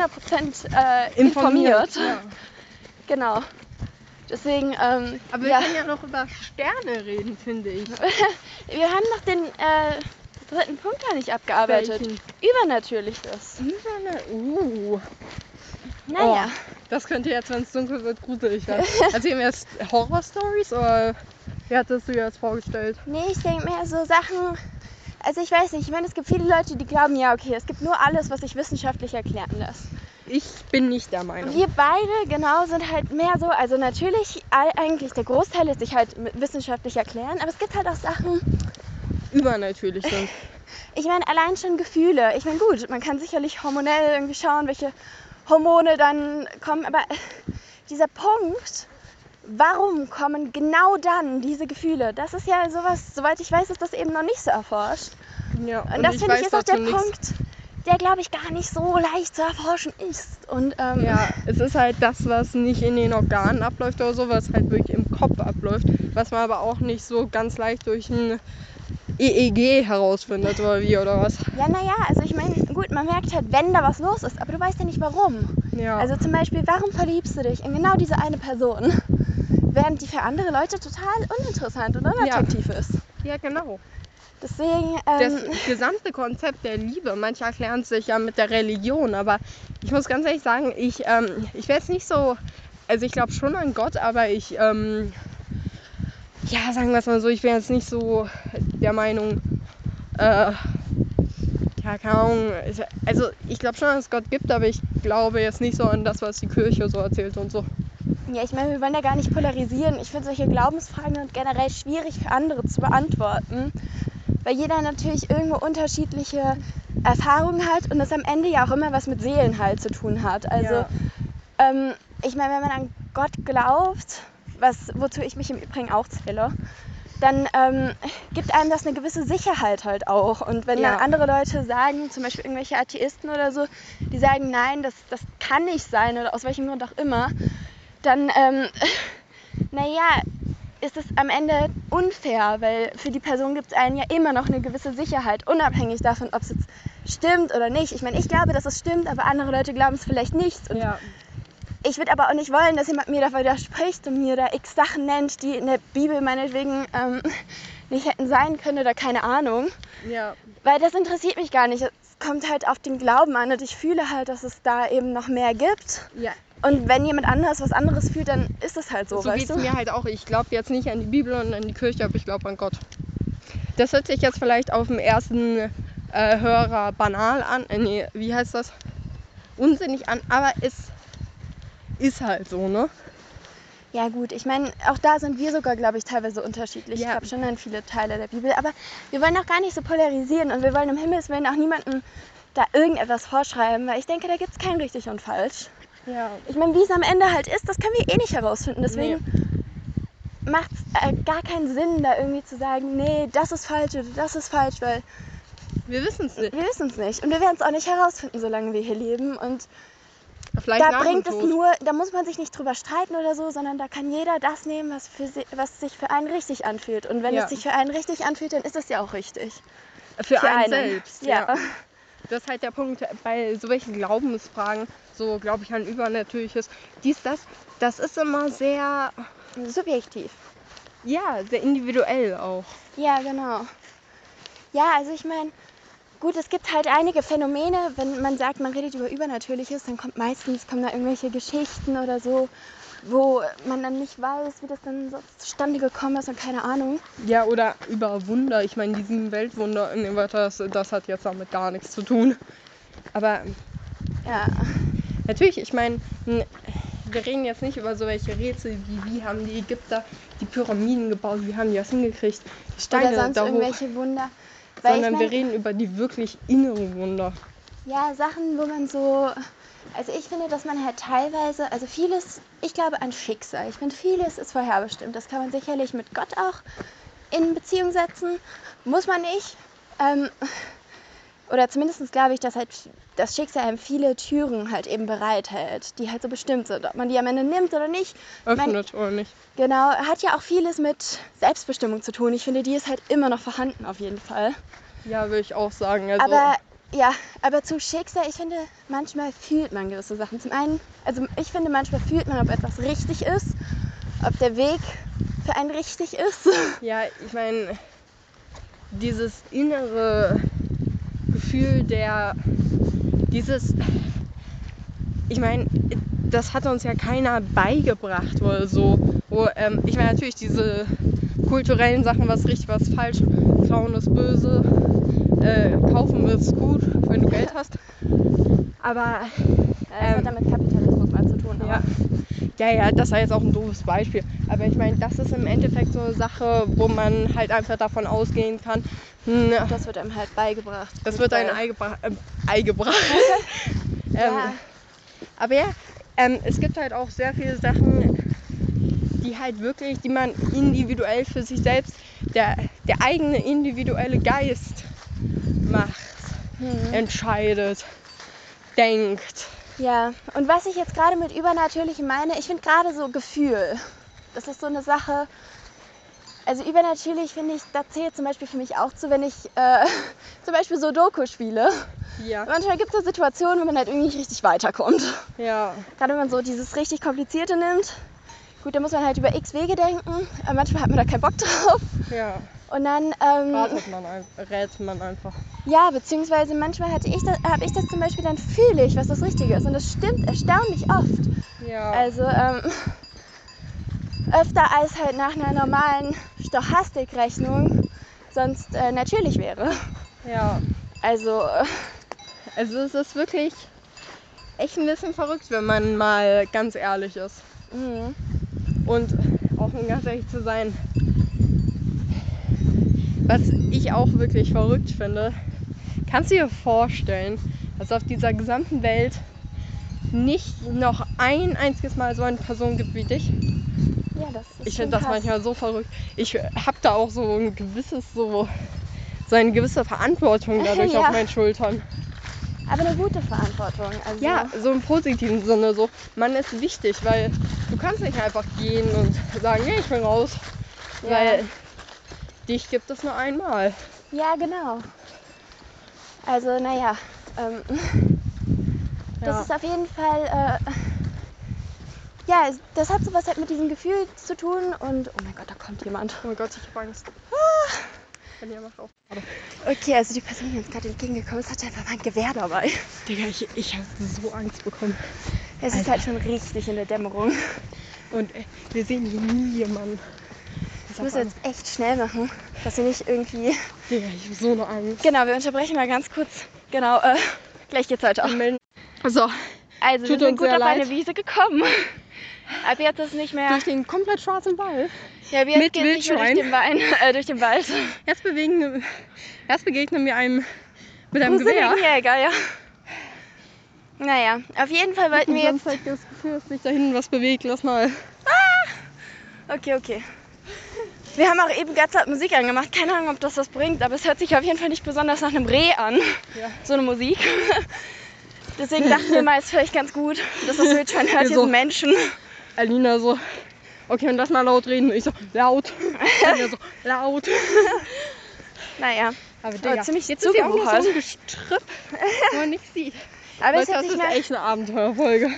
[SPEAKER 1] informiert.
[SPEAKER 2] informiert.
[SPEAKER 1] Ja.
[SPEAKER 2] Genau. Deswegen, ähm,
[SPEAKER 1] Aber wir
[SPEAKER 2] ja.
[SPEAKER 1] können ja noch über Sterne reden, finde ich.
[SPEAKER 2] wir haben noch den äh, dritten Punkt gar nicht abgearbeitet.
[SPEAKER 1] Welchen?
[SPEAKER 2] Übernatürliches.
[SPEAKER 1] Internet. Uh. Oh,
[SPEAKER 2] Naja.
[SPEAKER 1] Das könnte jetzt, wenn es dunkel wird, gruselig werden. Erzählen wir jetzt Horror-Stories oder wie hattest du dir das vorgestellt?
[SPEAKER 2] Nee, ich denke mehr so Sachen. Also ich weiß nicht, ich meine, es gibt viele Leute, die glauben, ja, okay, es gibt nur alles, was sich wissenschaftlich erklären lässt.
[SPEAKER 1] Ich bin nicht der Meinung.
[SPEAKER 2] Wir beide genau sind halt mehr so, also natürlich all, eigentlich der Großteil lässt sich halt mit- wissenschaftlich erklären, aber es gibt halt auch Sachen,
[SPEAKER 1] Übernatürlich sind.
[SPEAKER 2] ich meine, allein schon Gefühle. Ich meine, gut, man kann sicherlich hormonell irgendwie schauen, welche Hormone dann kommen, aber dieser Punkt, warum kommen genau dann diese Gefühle? Das ist ja sowas, soweit ich weiß, ist das eben noch nicht so erforscht.
[SPEAKER 1] Ja,
[SPEAKER 2] Und, das finde
[SPEAKER 1] weiß
[SPEAKER 2] ich ist auch der
[SPEAKER 1] dazu nichts.
[SPEAKER 2] Punkt, der glaube ich gar nicht so leicht zu erforschen ist. Und ähm,
[SPEAKER 1] Ja, es ist halt das, was nicht in den Organen abläuft oder so, was halt wirklich im Kopf abläuft, was man aber auch nicht so ganz leicht durch ein EEG herausfindet oder wie oder was.
[SPEAKER 2] ja, naja, also ich meine, gut, man merkt halt, wenn da was los ist, aber du weißt ja nicht warum.
[SPEAKER 1] Ja.
[SPEAKER 2] Also zum Beispiel, warum verliebst du dich in genau diese eine Person, während die für andere Leute total uninteressant und unattraktiv ist?
[SPEAKER 1] ja, genau.
[SPEAKER 2] Deswegen,
[SPEAKER 1] das
[SPEAKER 2] ähm,
[SPEAKER 1] gesamte Konzept der Liebe, manche erklären es sich ja mit der Religion, aber ich muss ganz ehrlich sagen, ich, ähm, ich wäre jetzt nicht so, also ich glaube schon an Gott, aber ich, ähm, ja, sagen wir es mal so, ich bin jetzt nicht so der Meinung, äh, ja, keine Ahnung, ist- also ich glaube schon, dass es Gott gibt, aber ich glaube jetzt nicht so an das, was die Kirche so erzählt und so.
[SPEAKER 2] ja, ich meine, wir wollen ja gar nicht polarisieren. Ich finde solche Glaubensfragen sind generell schwierig für andere zu beantworten, weil jeder natürlich irgendwo unterschiedliche Erfahrungen hat und das am Ende ja auch immer was mit Seelen halt zu tun hat. Also
[SPEAKER 1] Ja.
[SPEAKER 2] Ähm, ich meine, wenn man an Gott glaubt, was, wozu ich mich im Übrigen auch zähle, dann ähm, gibt einem das eine gewisse Sicherheit halt auch. Und wenn
[SPEAKER 1] Ja.
[SPEAKER 2] dann andere Leute sagen, zum Beispiel irgendwelche Atheisten oder so, die sagen, nein, das, das kann nicht sein oder aus welchem Grund auch immer, dann, ähm, naja, ist es am Ende unfair, weil für die Person gibt es einen ja immer noch eine gewisse Sicherheit, unabhängig davon, ob es jetzt stimmt oder nicht. Ich meine, ich glaube, dass es stimmt, aber andere Leute glauben es vielleicht nicht. Und
[SPEAKER 1] Ja,
[SPEAKER 2] ich würde aber auch nicht wollen, dass jemand mir da widerspricht und mir da x Sachen nennt, die in der Bibel meinetwegen ähm, nicht hätten sein können oder keine Ahnung.
[SPEAKER 1] ja.
[SPEAKER 2] Weil das interessiert mich gar nicht. Es kommt halt auf den Glauben an und ich fühle halt, dass es da eben noch mehr gibt.
[SPEAKER 1] Ja,
[SPEAKER 2] Und wenn jemand anderes was anderes fühlt, dann ist es halt so,
[SPEAKER 1] So geht
[SPEAKER 2] weißt
[SPEAKER 1] es
[SPEAKER 2] du?
[SPEAKER 1] mir halt auch. Ich glaube jetzt nicht an die Bibel und an die Kirche, aber ich glaube an Gott. Das hört sich jetzt vielleicht auf den ersten äh, Hörer banal an. Äh, nee, wie heißt das? Unsinnig an, aber es ist halt so, ne?
[SPEAKER 2] Ja gut, ich meine, auch da sind wir sogar, glaube ich, teilweise unterschiedlich.
[SPEAKER 1] Ja.
[SPEAKER 2] Ich glaube schon an viele Teile der Bibel. Aber wir wollen auch gar nicht so polarisieren und wir wollen im Himmels Willen auch niemanden da irgendetwas vorschreiben, weil ich denke, da gibt es kein richtig und falsch.
[SPEAKER 1] Ja.
[SPEAKER 2] Ich meine, wie es am Ende halt ist, das können wir eh nicht herausfinden. Deswegen macht es äh, gar keinen Sinn, da irgendwie zu sagen, nee, das ist falsch oder das ist falsch, weil
[SPEAKER 1] Wir wissen es nicht.
[SPEAKER 2] wir wissen es nicht. Und wir werden es auch nicht herausfinden, solange wir hier leben. Und
[SPEAKER 1] Vielleicht
[SPEAKER 2] da
[SPEAKER 1] nach
[SPEAKER 2] bringt
[SPEAKER 1] dem
[SPEAKER 2] es
[SPEAKER 1] Tod.
[SPEAKER 2] nur, da muss man sich nicht drüber streiten oder so, sondern da kann jeder das nehmen, was, für, si- was sich für einen richtig anfühlt. Und wenn
[SPEAKER 1] Ja.
[SPEAKER 2] es sich für einen richtig anfühlt, dann ist es ja auch richtig.
[SPEAKER 1] Für,
[SPEAKER 2] Für
[SPEAKER 1] einen,
[SPEAKER 2] einen.
[SPEAKER 1] selbst.
[SPEAKER 2] Ja.
[SPEAKER 1] Das ist halt der Punkt bei solchen Glaubensfragen, so glaube ich an Übernatürliches, dies, das, das ist immer sehr,
[SPEAKER 2] Subjektiv.
[SPEAKER 1] ja, sehr individuell auch.
[SPEAKER 2] Ja, genau. Ja, also ich meine, gut, es gibt halt einige Phänomene, wenn man sagt, man redet über Übernatürliches, dann kommt meistens kommen da irgendwelche Geschichten oder so, wo man dann nicht weiß, wie das dann so zustande gekommen ist und keine Ahnung.
[SPEAKER 1] Ja, oder über Wunder. Ich meine, die sieben Weltwunder und das, das hat jetzt damit gar nichts zu tun. Aber
[SPEAKER 2] Ja,
[SPEAKER 1] Natürlich, ich meine, n- wir reden jetzt nicht über solche Rätsel wie, wie haben die Ägypter die Pyramiden gebaut, wie haben die das hingekriegt, die
[SPEAKER 2] oder
[SPEAKER 1] Steine
[SPEAKER 2] sonst
[SPEAKER 1] da hoch,
[SPEAKER 2] irgendwelche Wunder. Weil
[SPEAKER 1] sondern
[SPEAKER 2] ich
[SPEAKER 1] wir
[SPEAKER 2] mein,
[SPEAKER 1] reden über die wirklich inneren Wunder.
[SPEAKER 2] Ja, Sachen, wo man so. Also ich finde, dass man halt teilweise, also vieles, ich glaube an Schicksal. Ich finde, vieles ist vorherbestimmt. Das kann man sicherlich mit Gott auch in Beziehung setzen. Muss man nicht. Ähm, oder zumindest glaube ich, dass halt das Schicksal einem viele Türen halt eben bereithält, die halt so bestimmt sind. Ob man die am Ende nimmt oder nicht. Ich mein,
[SPEAKER 1] Öffnet oder nicht?
[SPEAKER 2] genau, hat ja auch vieles mit Selbstbestimmung zu tun. Ich finde, die ist halt immer noch vorhanden auf jeden Fall.
[SPEAKER 1] Ja, würde ich auch sagen. Also,
[SPEAKER 2] Aber ja, aber zu Schicksal, ich finde, manchmal fühlt man gewisse Sachen. Zum einen, also ich finde, manchmal fühlt man, ob etwas richtig ist, ob der Weg für einen richtig ist.
[SPEAKER 1] ja, ich meine, dieses innere Gefühl der, dieses, ich meine, das hat uns ja keiner beigebracht oder so. Wo, ähm, ich meine natürlich diese kulturellen Sachen, was richtig, was falsch, klauen ist böse, äh, kaufen ist gut, wenn du Geld hast. Aber Ähm.
[SPEAKER 2] Das hat damit Kapitalismus mal zu tun.
[SPEAKER 1] ja. ja, ja, das war jetzt auch ein doofes Beispiel. Aber ich meine, das ist im Endeffekt so eine Sache, wo man halt einfach davon ausgehen kann, hm,
[SPEAKER 2] Aber das wird einem halt beigebracht.
[SPEAKER 1] das wird ein
[SPEAKER 2] Ei.
[SPEAKER 1] Ei, gebra ähm, Ei gebracht. ähm,
[SPEAKER 2] Ja.
[SPEAKER 1] Aber ja, ähm, es gibt halt auch sehr viele Sachen, die halt wirklich, die man individuell für sich selbst, der, der eigene individuelle Geist macht,
[SPEAKER 2] Hm.
[SPEAKER 1] entscheidet, denkt.
[SPEAKER 2] ja, und was ich jetzt gerade mit Übernatürlichem meine, ich finde gerade so Gefühl. Das ist so eine Sache. Also übernatürlich finde ich, da zählt zum Beispiel für mich auch zu, wenn ich äh, zum Beispiel so Doku spiele.
[SPEAKER 1] Ja,
[SPEAKER 2] Manchmal gibt es so Situationen, wo man halt irgendwie nicht richtig weiterkommt.
[SPEAKER 1] ja,
[SPEAKER 2] Gerade wenn man so dieses richtig Komplizierte nimmt. Gut, da muss man halt über x Wege denken. Aber manchmal hat man da keinen Bock drauf.
[SPEAKER 1] ja.
[SPEAKER 2] Und dann, ähm,
[SPEAKER 1] Ratet man, ein, rät man einfach.
[SPEAKER 2] ja, beziehungsweise manchmal hatte ich das, habe ich das zum Beispiel, dann fühle ich, was das Richtige ist. Und das stimmt erstaunlich oft.
[SPEAKER 1] Ja,
[SPEAKER 2] Also, ähm, öfter als halt nach einer normalen Stochastikrechnung sonst äh, natürlich wäre.
[SPEAKER 1] ja.
[SPEAKER 2] Also, äh,
[SPEAKER 1] Also es ist wirklich echt ein bisschen verrückt, wenn man mal ganz ehrlich ist.
[SPEAKER 2] mh.
[SPEAKER 1] Und auch um ganz ehrlich zu sein, was ich auch wirklich verrückt finde, kannst du dir vorstellen, dass auf dieser gesamten Welt nicht noch ein einziges Mal so eine Person gibt wie dich?
[SPEAKER 2] ja, das ist
[SPEAKER 1] Ich
[SPEAKER 2] schon
[SPEAKER 1] finde das
[SPEAKER 2] krass.
[SPEAKER 1] manchmal so verrückt. Ich habe da auch so ein gewisses, so, so eine gewisse Verantwortung dadurch
[SPEAKER 2] Ja.
[SPEAKER 1] auf meinen Schultern.
[SPEAKER 2] Aber eine gute Verantwortung. Also,
[SPEAKER 1] Ja, so im positiven Sinne. So, man ist wichtig, weil du kannst nicht einfach gehen und sagen, nee, ich bin raus.
[SPEAKER 2] Ja.
[SPEAKER 1] Weil dich gibt es nur einmal.
[SPEAKER 2] Ja, genau. Also, naja, ähm, das
[SPEAKER 1] Ja.
[SPEAKER 2] ist auf jeden Fall. Äh, ja, es- das hat sowas halt mit diesem Gefühl zu tun und. Oh mein Gott, da kommt jemand.
[SPEAKER 1] Oh mein Gott, ich hab Angst. Wenn ihr macht auf.
[SPEAKER 2] Okay, also die Person, die uns gerade entgegengekommen ist, hat einfach mal ein Gewehr dabei.
[SPEAKER 1] Digga, ich, ich habe so Angst bekommen.
[SPEAKER 2] Es ist halt schon richtig in der Dämmerung.
[SPEAKER 1] Und äh, wir sehen hier nie jemanden.
[SPEAKER 2] Ich muss jetzt echt schnell machen, dass wir nicht irgendwie.
[SPEAKER 1] Digga, ich habe so eine Angst.
[SPEAKER 2] Genau, wir unterbrechen mal ganz kurz. Genau, äh, gleich geht's weiter.
[SPEAKER 1] Melden. So,
[SPEAKER 2] Also,
[SPEAKER 1] Tut
[SPEAKER 2] wir sind
[SPEAKER 1] uns
[SPEAKER 2] gut
[SPEAKER 1] sehr
[SPEAKER 2] auf
[SPEAKER 1] leid.
[SPEAKER 2] eine Wiese gekommen. Ab jetzt ist nicht mehr.
[SPEAKER 1] durch den komplett schwarzen Wald.
[SPEAKER 2] Ja, wir
[SPEAKER 1] Mit
[SPEAKER 2] gehen nicht mehr durch
[SPEAKER 1] Wildschwein.
[SPEAKER 2] den, Wein, äh, durch den Wald.
[SPEAKER 1] Erst, bewegen, erst begegnen wir einem Mit einem Gewehr.
[SPEAKER 2] Jäger, ja. Naja, auf jeden Fall wollten wir jetzt.
[SPEAKER 1] Sonst hab ich das Gefühl, dass sich da hinten was bewegt. Lass mal.
[SPEAKER 2] Okay, okay. Wir haben auch eben ganz laut Musik angemacht. Keine Ahnung, ob das was bringt, aber es hört sich auf jeden Fall nicht besonders nach einem Reh an.
[SPEAKER 1] Ja.
[SPEAKER 2] So eine Musik. Deswegen dachten wir mal, ist vielleicht ganz gut, dass das Wildschwein hört
[SPEAKER 1] Wir so-
[SPEAKER 2] diesen Menschen.
[SPEAKER 1] Alina so. Okay, und lass mal laut reden. Ich so, laut. Alina so, laut.
[SPEAKER 2] Naja.
[SPEAKER 1] Aber
[SPEAKER 2] Digga, jetzt
[SPEAKER 1] ist
[SPEAKER 2] ist
[SPEAKER 1] sie
[SPEAKER 2] sie
[SPEAKER 1] auch noch
[SPEAKER 2] auch noch
[SPEAKER 1] so
[SPEAKER 2] so
[SPEAKER 1] gestrüpp, wo man nichts sieht.
[SPEAKER 2] Aber es
[SPEAKER 1] Leute, das
[SPEAKER 2] hört sich
[SPEAKER 1] ist
[SPEAKER 2] nach.
[SPEAKER 1] echt eine Abenteuerfolge.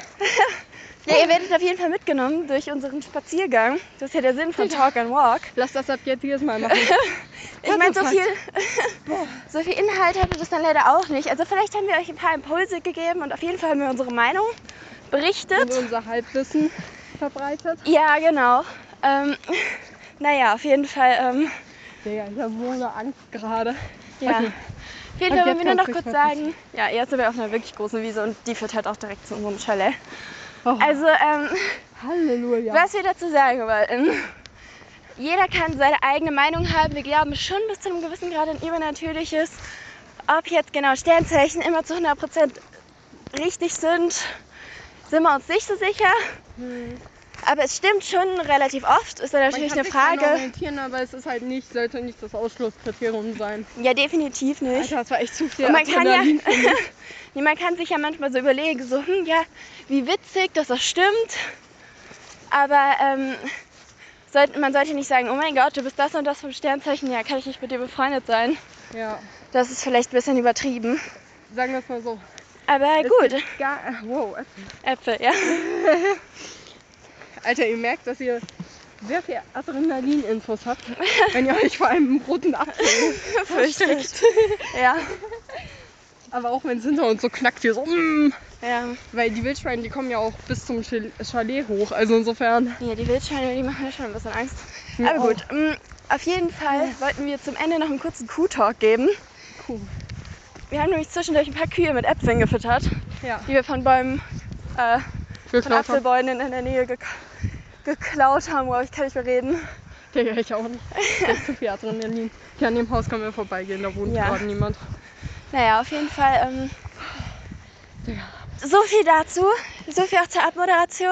[SPEAKER 2] Ja, ihr werdet auf jeden Fall mitgenommen durch unseren Spaziergang. Das ist ja der Sinn von Talk and Walk.
[SPEAKER 1] Lass das ab jetzt jedes Mal machen.
[SPEAKER 2] Ich meine, so
[SPEAKER 1] Katzenfall.
[SPEAKER 2] viel, so viel Inhalt hatte das dann leider auch nicht. Also vielleicht haben wir euch ein paar Impulse gegeben und auf jeden Fall haben wir unsere Meinung
[SPEAKER 1] Und
[SPEAKER 2] berichtet.
[SPEAKER 1] unser Halbwissen verbreitet.
[SPEAKER 2] Ja, genau. Ähm, naja, auf jeden Fall. Ähm,
[SPEAKER 1] Digga, ich habe so eine Angst gerade.
[SPEAKER 2] ja.
[SPEAKER 1] Okay.
[SPEAKER 2] Auf jeden
[SPEAKER 1] Okay,
[SPEAKER 2] Fall wollen wir nur noch
[SPEAKER 1] kannst
[SPEAKER 2] kurz
[SPEAKER 1] du
[SPEAKER 2] sagen, ja, jetzt sind wir auf einer wirklich großen Wiese und die führt halt auch direkt zu unserem Chalet.
[SPEAKER 1] Oh,
[SPEAKER 2] Also, ähm,
[SPEAKER 1] Halleluja.
[SPEAKER 2] was wir dazu sagen wollten. Jeder kann seine eigene Meinung haben. Wir glauben schon bis zu einem gewissen Grad an Übernatürliches. Ob jetzt genau Sternzeichen immer zu 100% richtig sind, sind wir uns nicht so sicher.
[SPEAKER 1] Hm.
[SPEAKER 2] Aber es stimmt schon relativ oft. Ist dann natürlich eine
[SPEAKER 1] Man kann sich daran
[SPEAKER 2] Frage.
[SPEAKER 1] orientieren, aber es ist halt nicht, sollte nicht das Ausschlusskriterium sein.
[SPEAKER 2] Ja, definitiv nicht.
[SPEAKER 1] Alter, das war echt zu viel.
[SPEAKER 2] Und man kann, ja,
[SPEAKER 1] Adrenalin.
[SPEAKER 2] nee, man kann sich ja manchmal so überlegen, so, hm, ja, wie witzig, dass das stimmt. Aber ähm, sollte, man sollte nicht sagen, oh mein Gott, du bist das und das vom Sternzeichen, ja, kann ich nicht mit dir befreundet sein.
[SPEAKER 1] ja.
[SPEAKER 2] Das ist vielleicht ein bisschen übertrieben.
[SPEAKER 1] Sagen wir es mal so.
[SPEAKER 2] Aber
[SPEAKER 1] Es
[SPEAKER 2] gut,
[SPEAKER 1] gibt Gar, wow.
[SPEAKER 2] Äpfel, ja.
[SPEAKER 1] Alter, ihr merkt, dass ihr sehr viel Adrenalin-Infos habt, wenn ihr euch vor einem roten Apfel
[SPEAKER 2] Fürchtet. ja,
[SPEAKER 1] Aber auch wenn es hinter uns so knackt, hier so, mm,
[SPEAKER 2] ja.
[SPEAKER 1] weil die Wildschweine, die kommen ja auch bis zum Chal- Chalet hoch. Also insofern.
[SPEAKER 2] Ja, die Wildschweine, die machen mir schon ein bisschen Angst.
[SPEAKER 1] Mir
[SPEAKER 2] Aber gut, ähm, auf jeden Fall wollten wir zum Ende noch einen kurzen Kuh-Talk geben.
[SPEAKER 1] Cool.
[SPEAKER 2] Wir haben nämlich zwischendurch ein paar Kühe mit Äpfeln gefüttert,
[SPEAKER 1] Ja.
[SPEAKER 2] die wir von Bäumen äh, von
[SPEAKER 1] Geklaut haben.
[SPEAKER 2] Apfelbäumen in der Nähe gek geklaut haben. Wow, ich kann nicht mehr reden.
[SPEAKER 1] Digga, ich auch nicht. Das ist zu viel Adrenalin. Hier an dem Haus können wir vorbeigehen, da wohnt
[SPEAKER 2] Ja.
[SPEAKER 1] gerade niemand.
[SPEAKER 2] Naja, auf jeden Fall. Ähm, so viel dazu. So viel auch zur Abmoderation.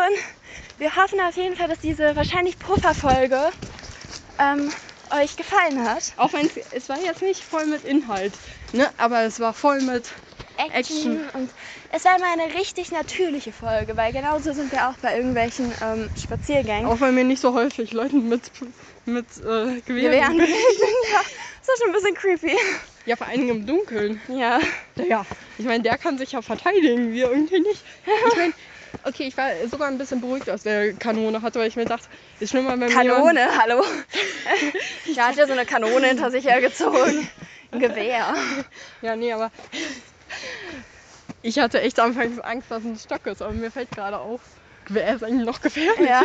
[SPEAKER 2] Wir hoffen auf jeden Fall, dass diese wahrscheinlich Pufferfolge ähm, euch gefallen hat.
[SPEAKER 1] Auch wenn es war jetzt nicht voll mit Inhalt, ne? Aber es war voll mit.
[SPEAKER 2] Action. Und es war immer eine richtig natürliche Folge, weil genauso sind wir auch bei irgendwelchen ähm, Spaziergängen.
[SPEAKER 1] Auch wenn wir nicht so häufig Leuten mit, mit äh,
[SPEAKER 2] Wir
[SPEAKER 1] Gewehren.
[SPEAKER 2] wären ja, das war schon ein bisschen creepy.
[SPEAKER 1] Ja, vor allem im Dunkeln.
[SPEAKER 2] Ja.
[SPEAKER 1] Naja, ich meine, der kann sich ja verteidigen, wir irgendwie nicht. Ich meine, okay, ich war sogar ein bisschen beruhigt, dass der Kanone hatte, weil ich mir dachte, ist schlimmer, wenn jemand-
[SPEAKER 2] Kanone, hallo. ja, hat ja so eine Kanone hinter sich hergezogen. Ein Gewehr.
[SPEAKER 1] Ja, nee, aber. Ich hatte echt anfangs Angst, dass es ein Stock ist, aber mir fällt gerade auf, Gewehr ist eigentlich noch gefährlicher.
[SPEAKER 2] Ja.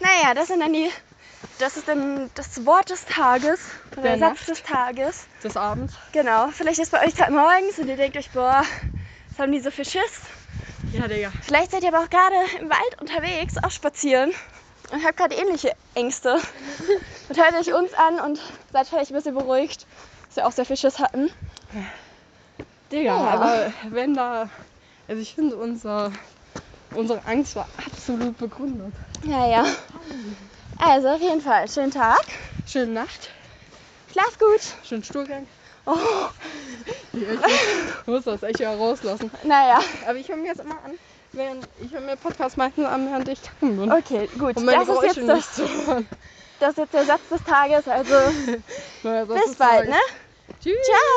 [SPEAKER 2] Naja, das sind dann die. Das ist dann das Wort des Tages. Oder
[SPEAKER 1] Der
[SPEAKER 2] der Satz des Tages.
[SPEAKER 1] Des Abends.
[SPEAKER 2] Genau. Vielleicht ist bei euch gerade morgens und ihr denkt euch, boah, was haben die so viel Schiss?
[SPEAKER 1] Ja, Digga.
[SPEAKER 2] Vielleicht seid ihr aber auch gerade im Wald unterwegs, auch spazieren und habt gerade ähnliche Ängste. Und hört euch uns an und seid vielleicht ein bisschen beruhigt, dass wir auch sehr viel Schiss hatten.
[SPEAKER 1] Digga,
[SPEAKER 2] Ja.
[SPEAKER 1] aber wenn da. Also ich finde, unser, unsere Angst war absolut begründet.
[SPEAKER 2] Ja, ja. Also auf jeden Fall, schönen Tag.
[SPEAKER 1] Schöne Nacht,
[SPEAKER 2] Schlaf gut.
[SPEAKER 1] schönen Stuhlgang.
[SPEAKER 2] Oh,
[SPEAKER 1] Digga, Ich muss- muss das echt wieder rauslassen.
[SPEAKER 2] naja.
[SPEAKER 1] Aber ich höre mir das immer an, während ich höre mir Podcasts meistens an, während ich kacken bin.
[SPEAKER 2] Okay, gut.
[SPEAKER 1] Um meine
[SPEAKER 2] Das ist,
[SPEAKER 1] Geräusche
[SPEAKER 2] jetzt das,
[SPEAKER 1] nicht zu hören.
[SPEAKER 2] das ist jetzt der Satz des Tages. Also
[SPEAKER 1] Naja, das
[SPEAKER 2] bis
[SPEAKER 1] ist
[SPEAKER 2] bald,
[SPEAKER 1] so-
[SPEAKER 2] ne?
[SPEAKER 1] Tschüss.
[SPEAKER 2] Ciao.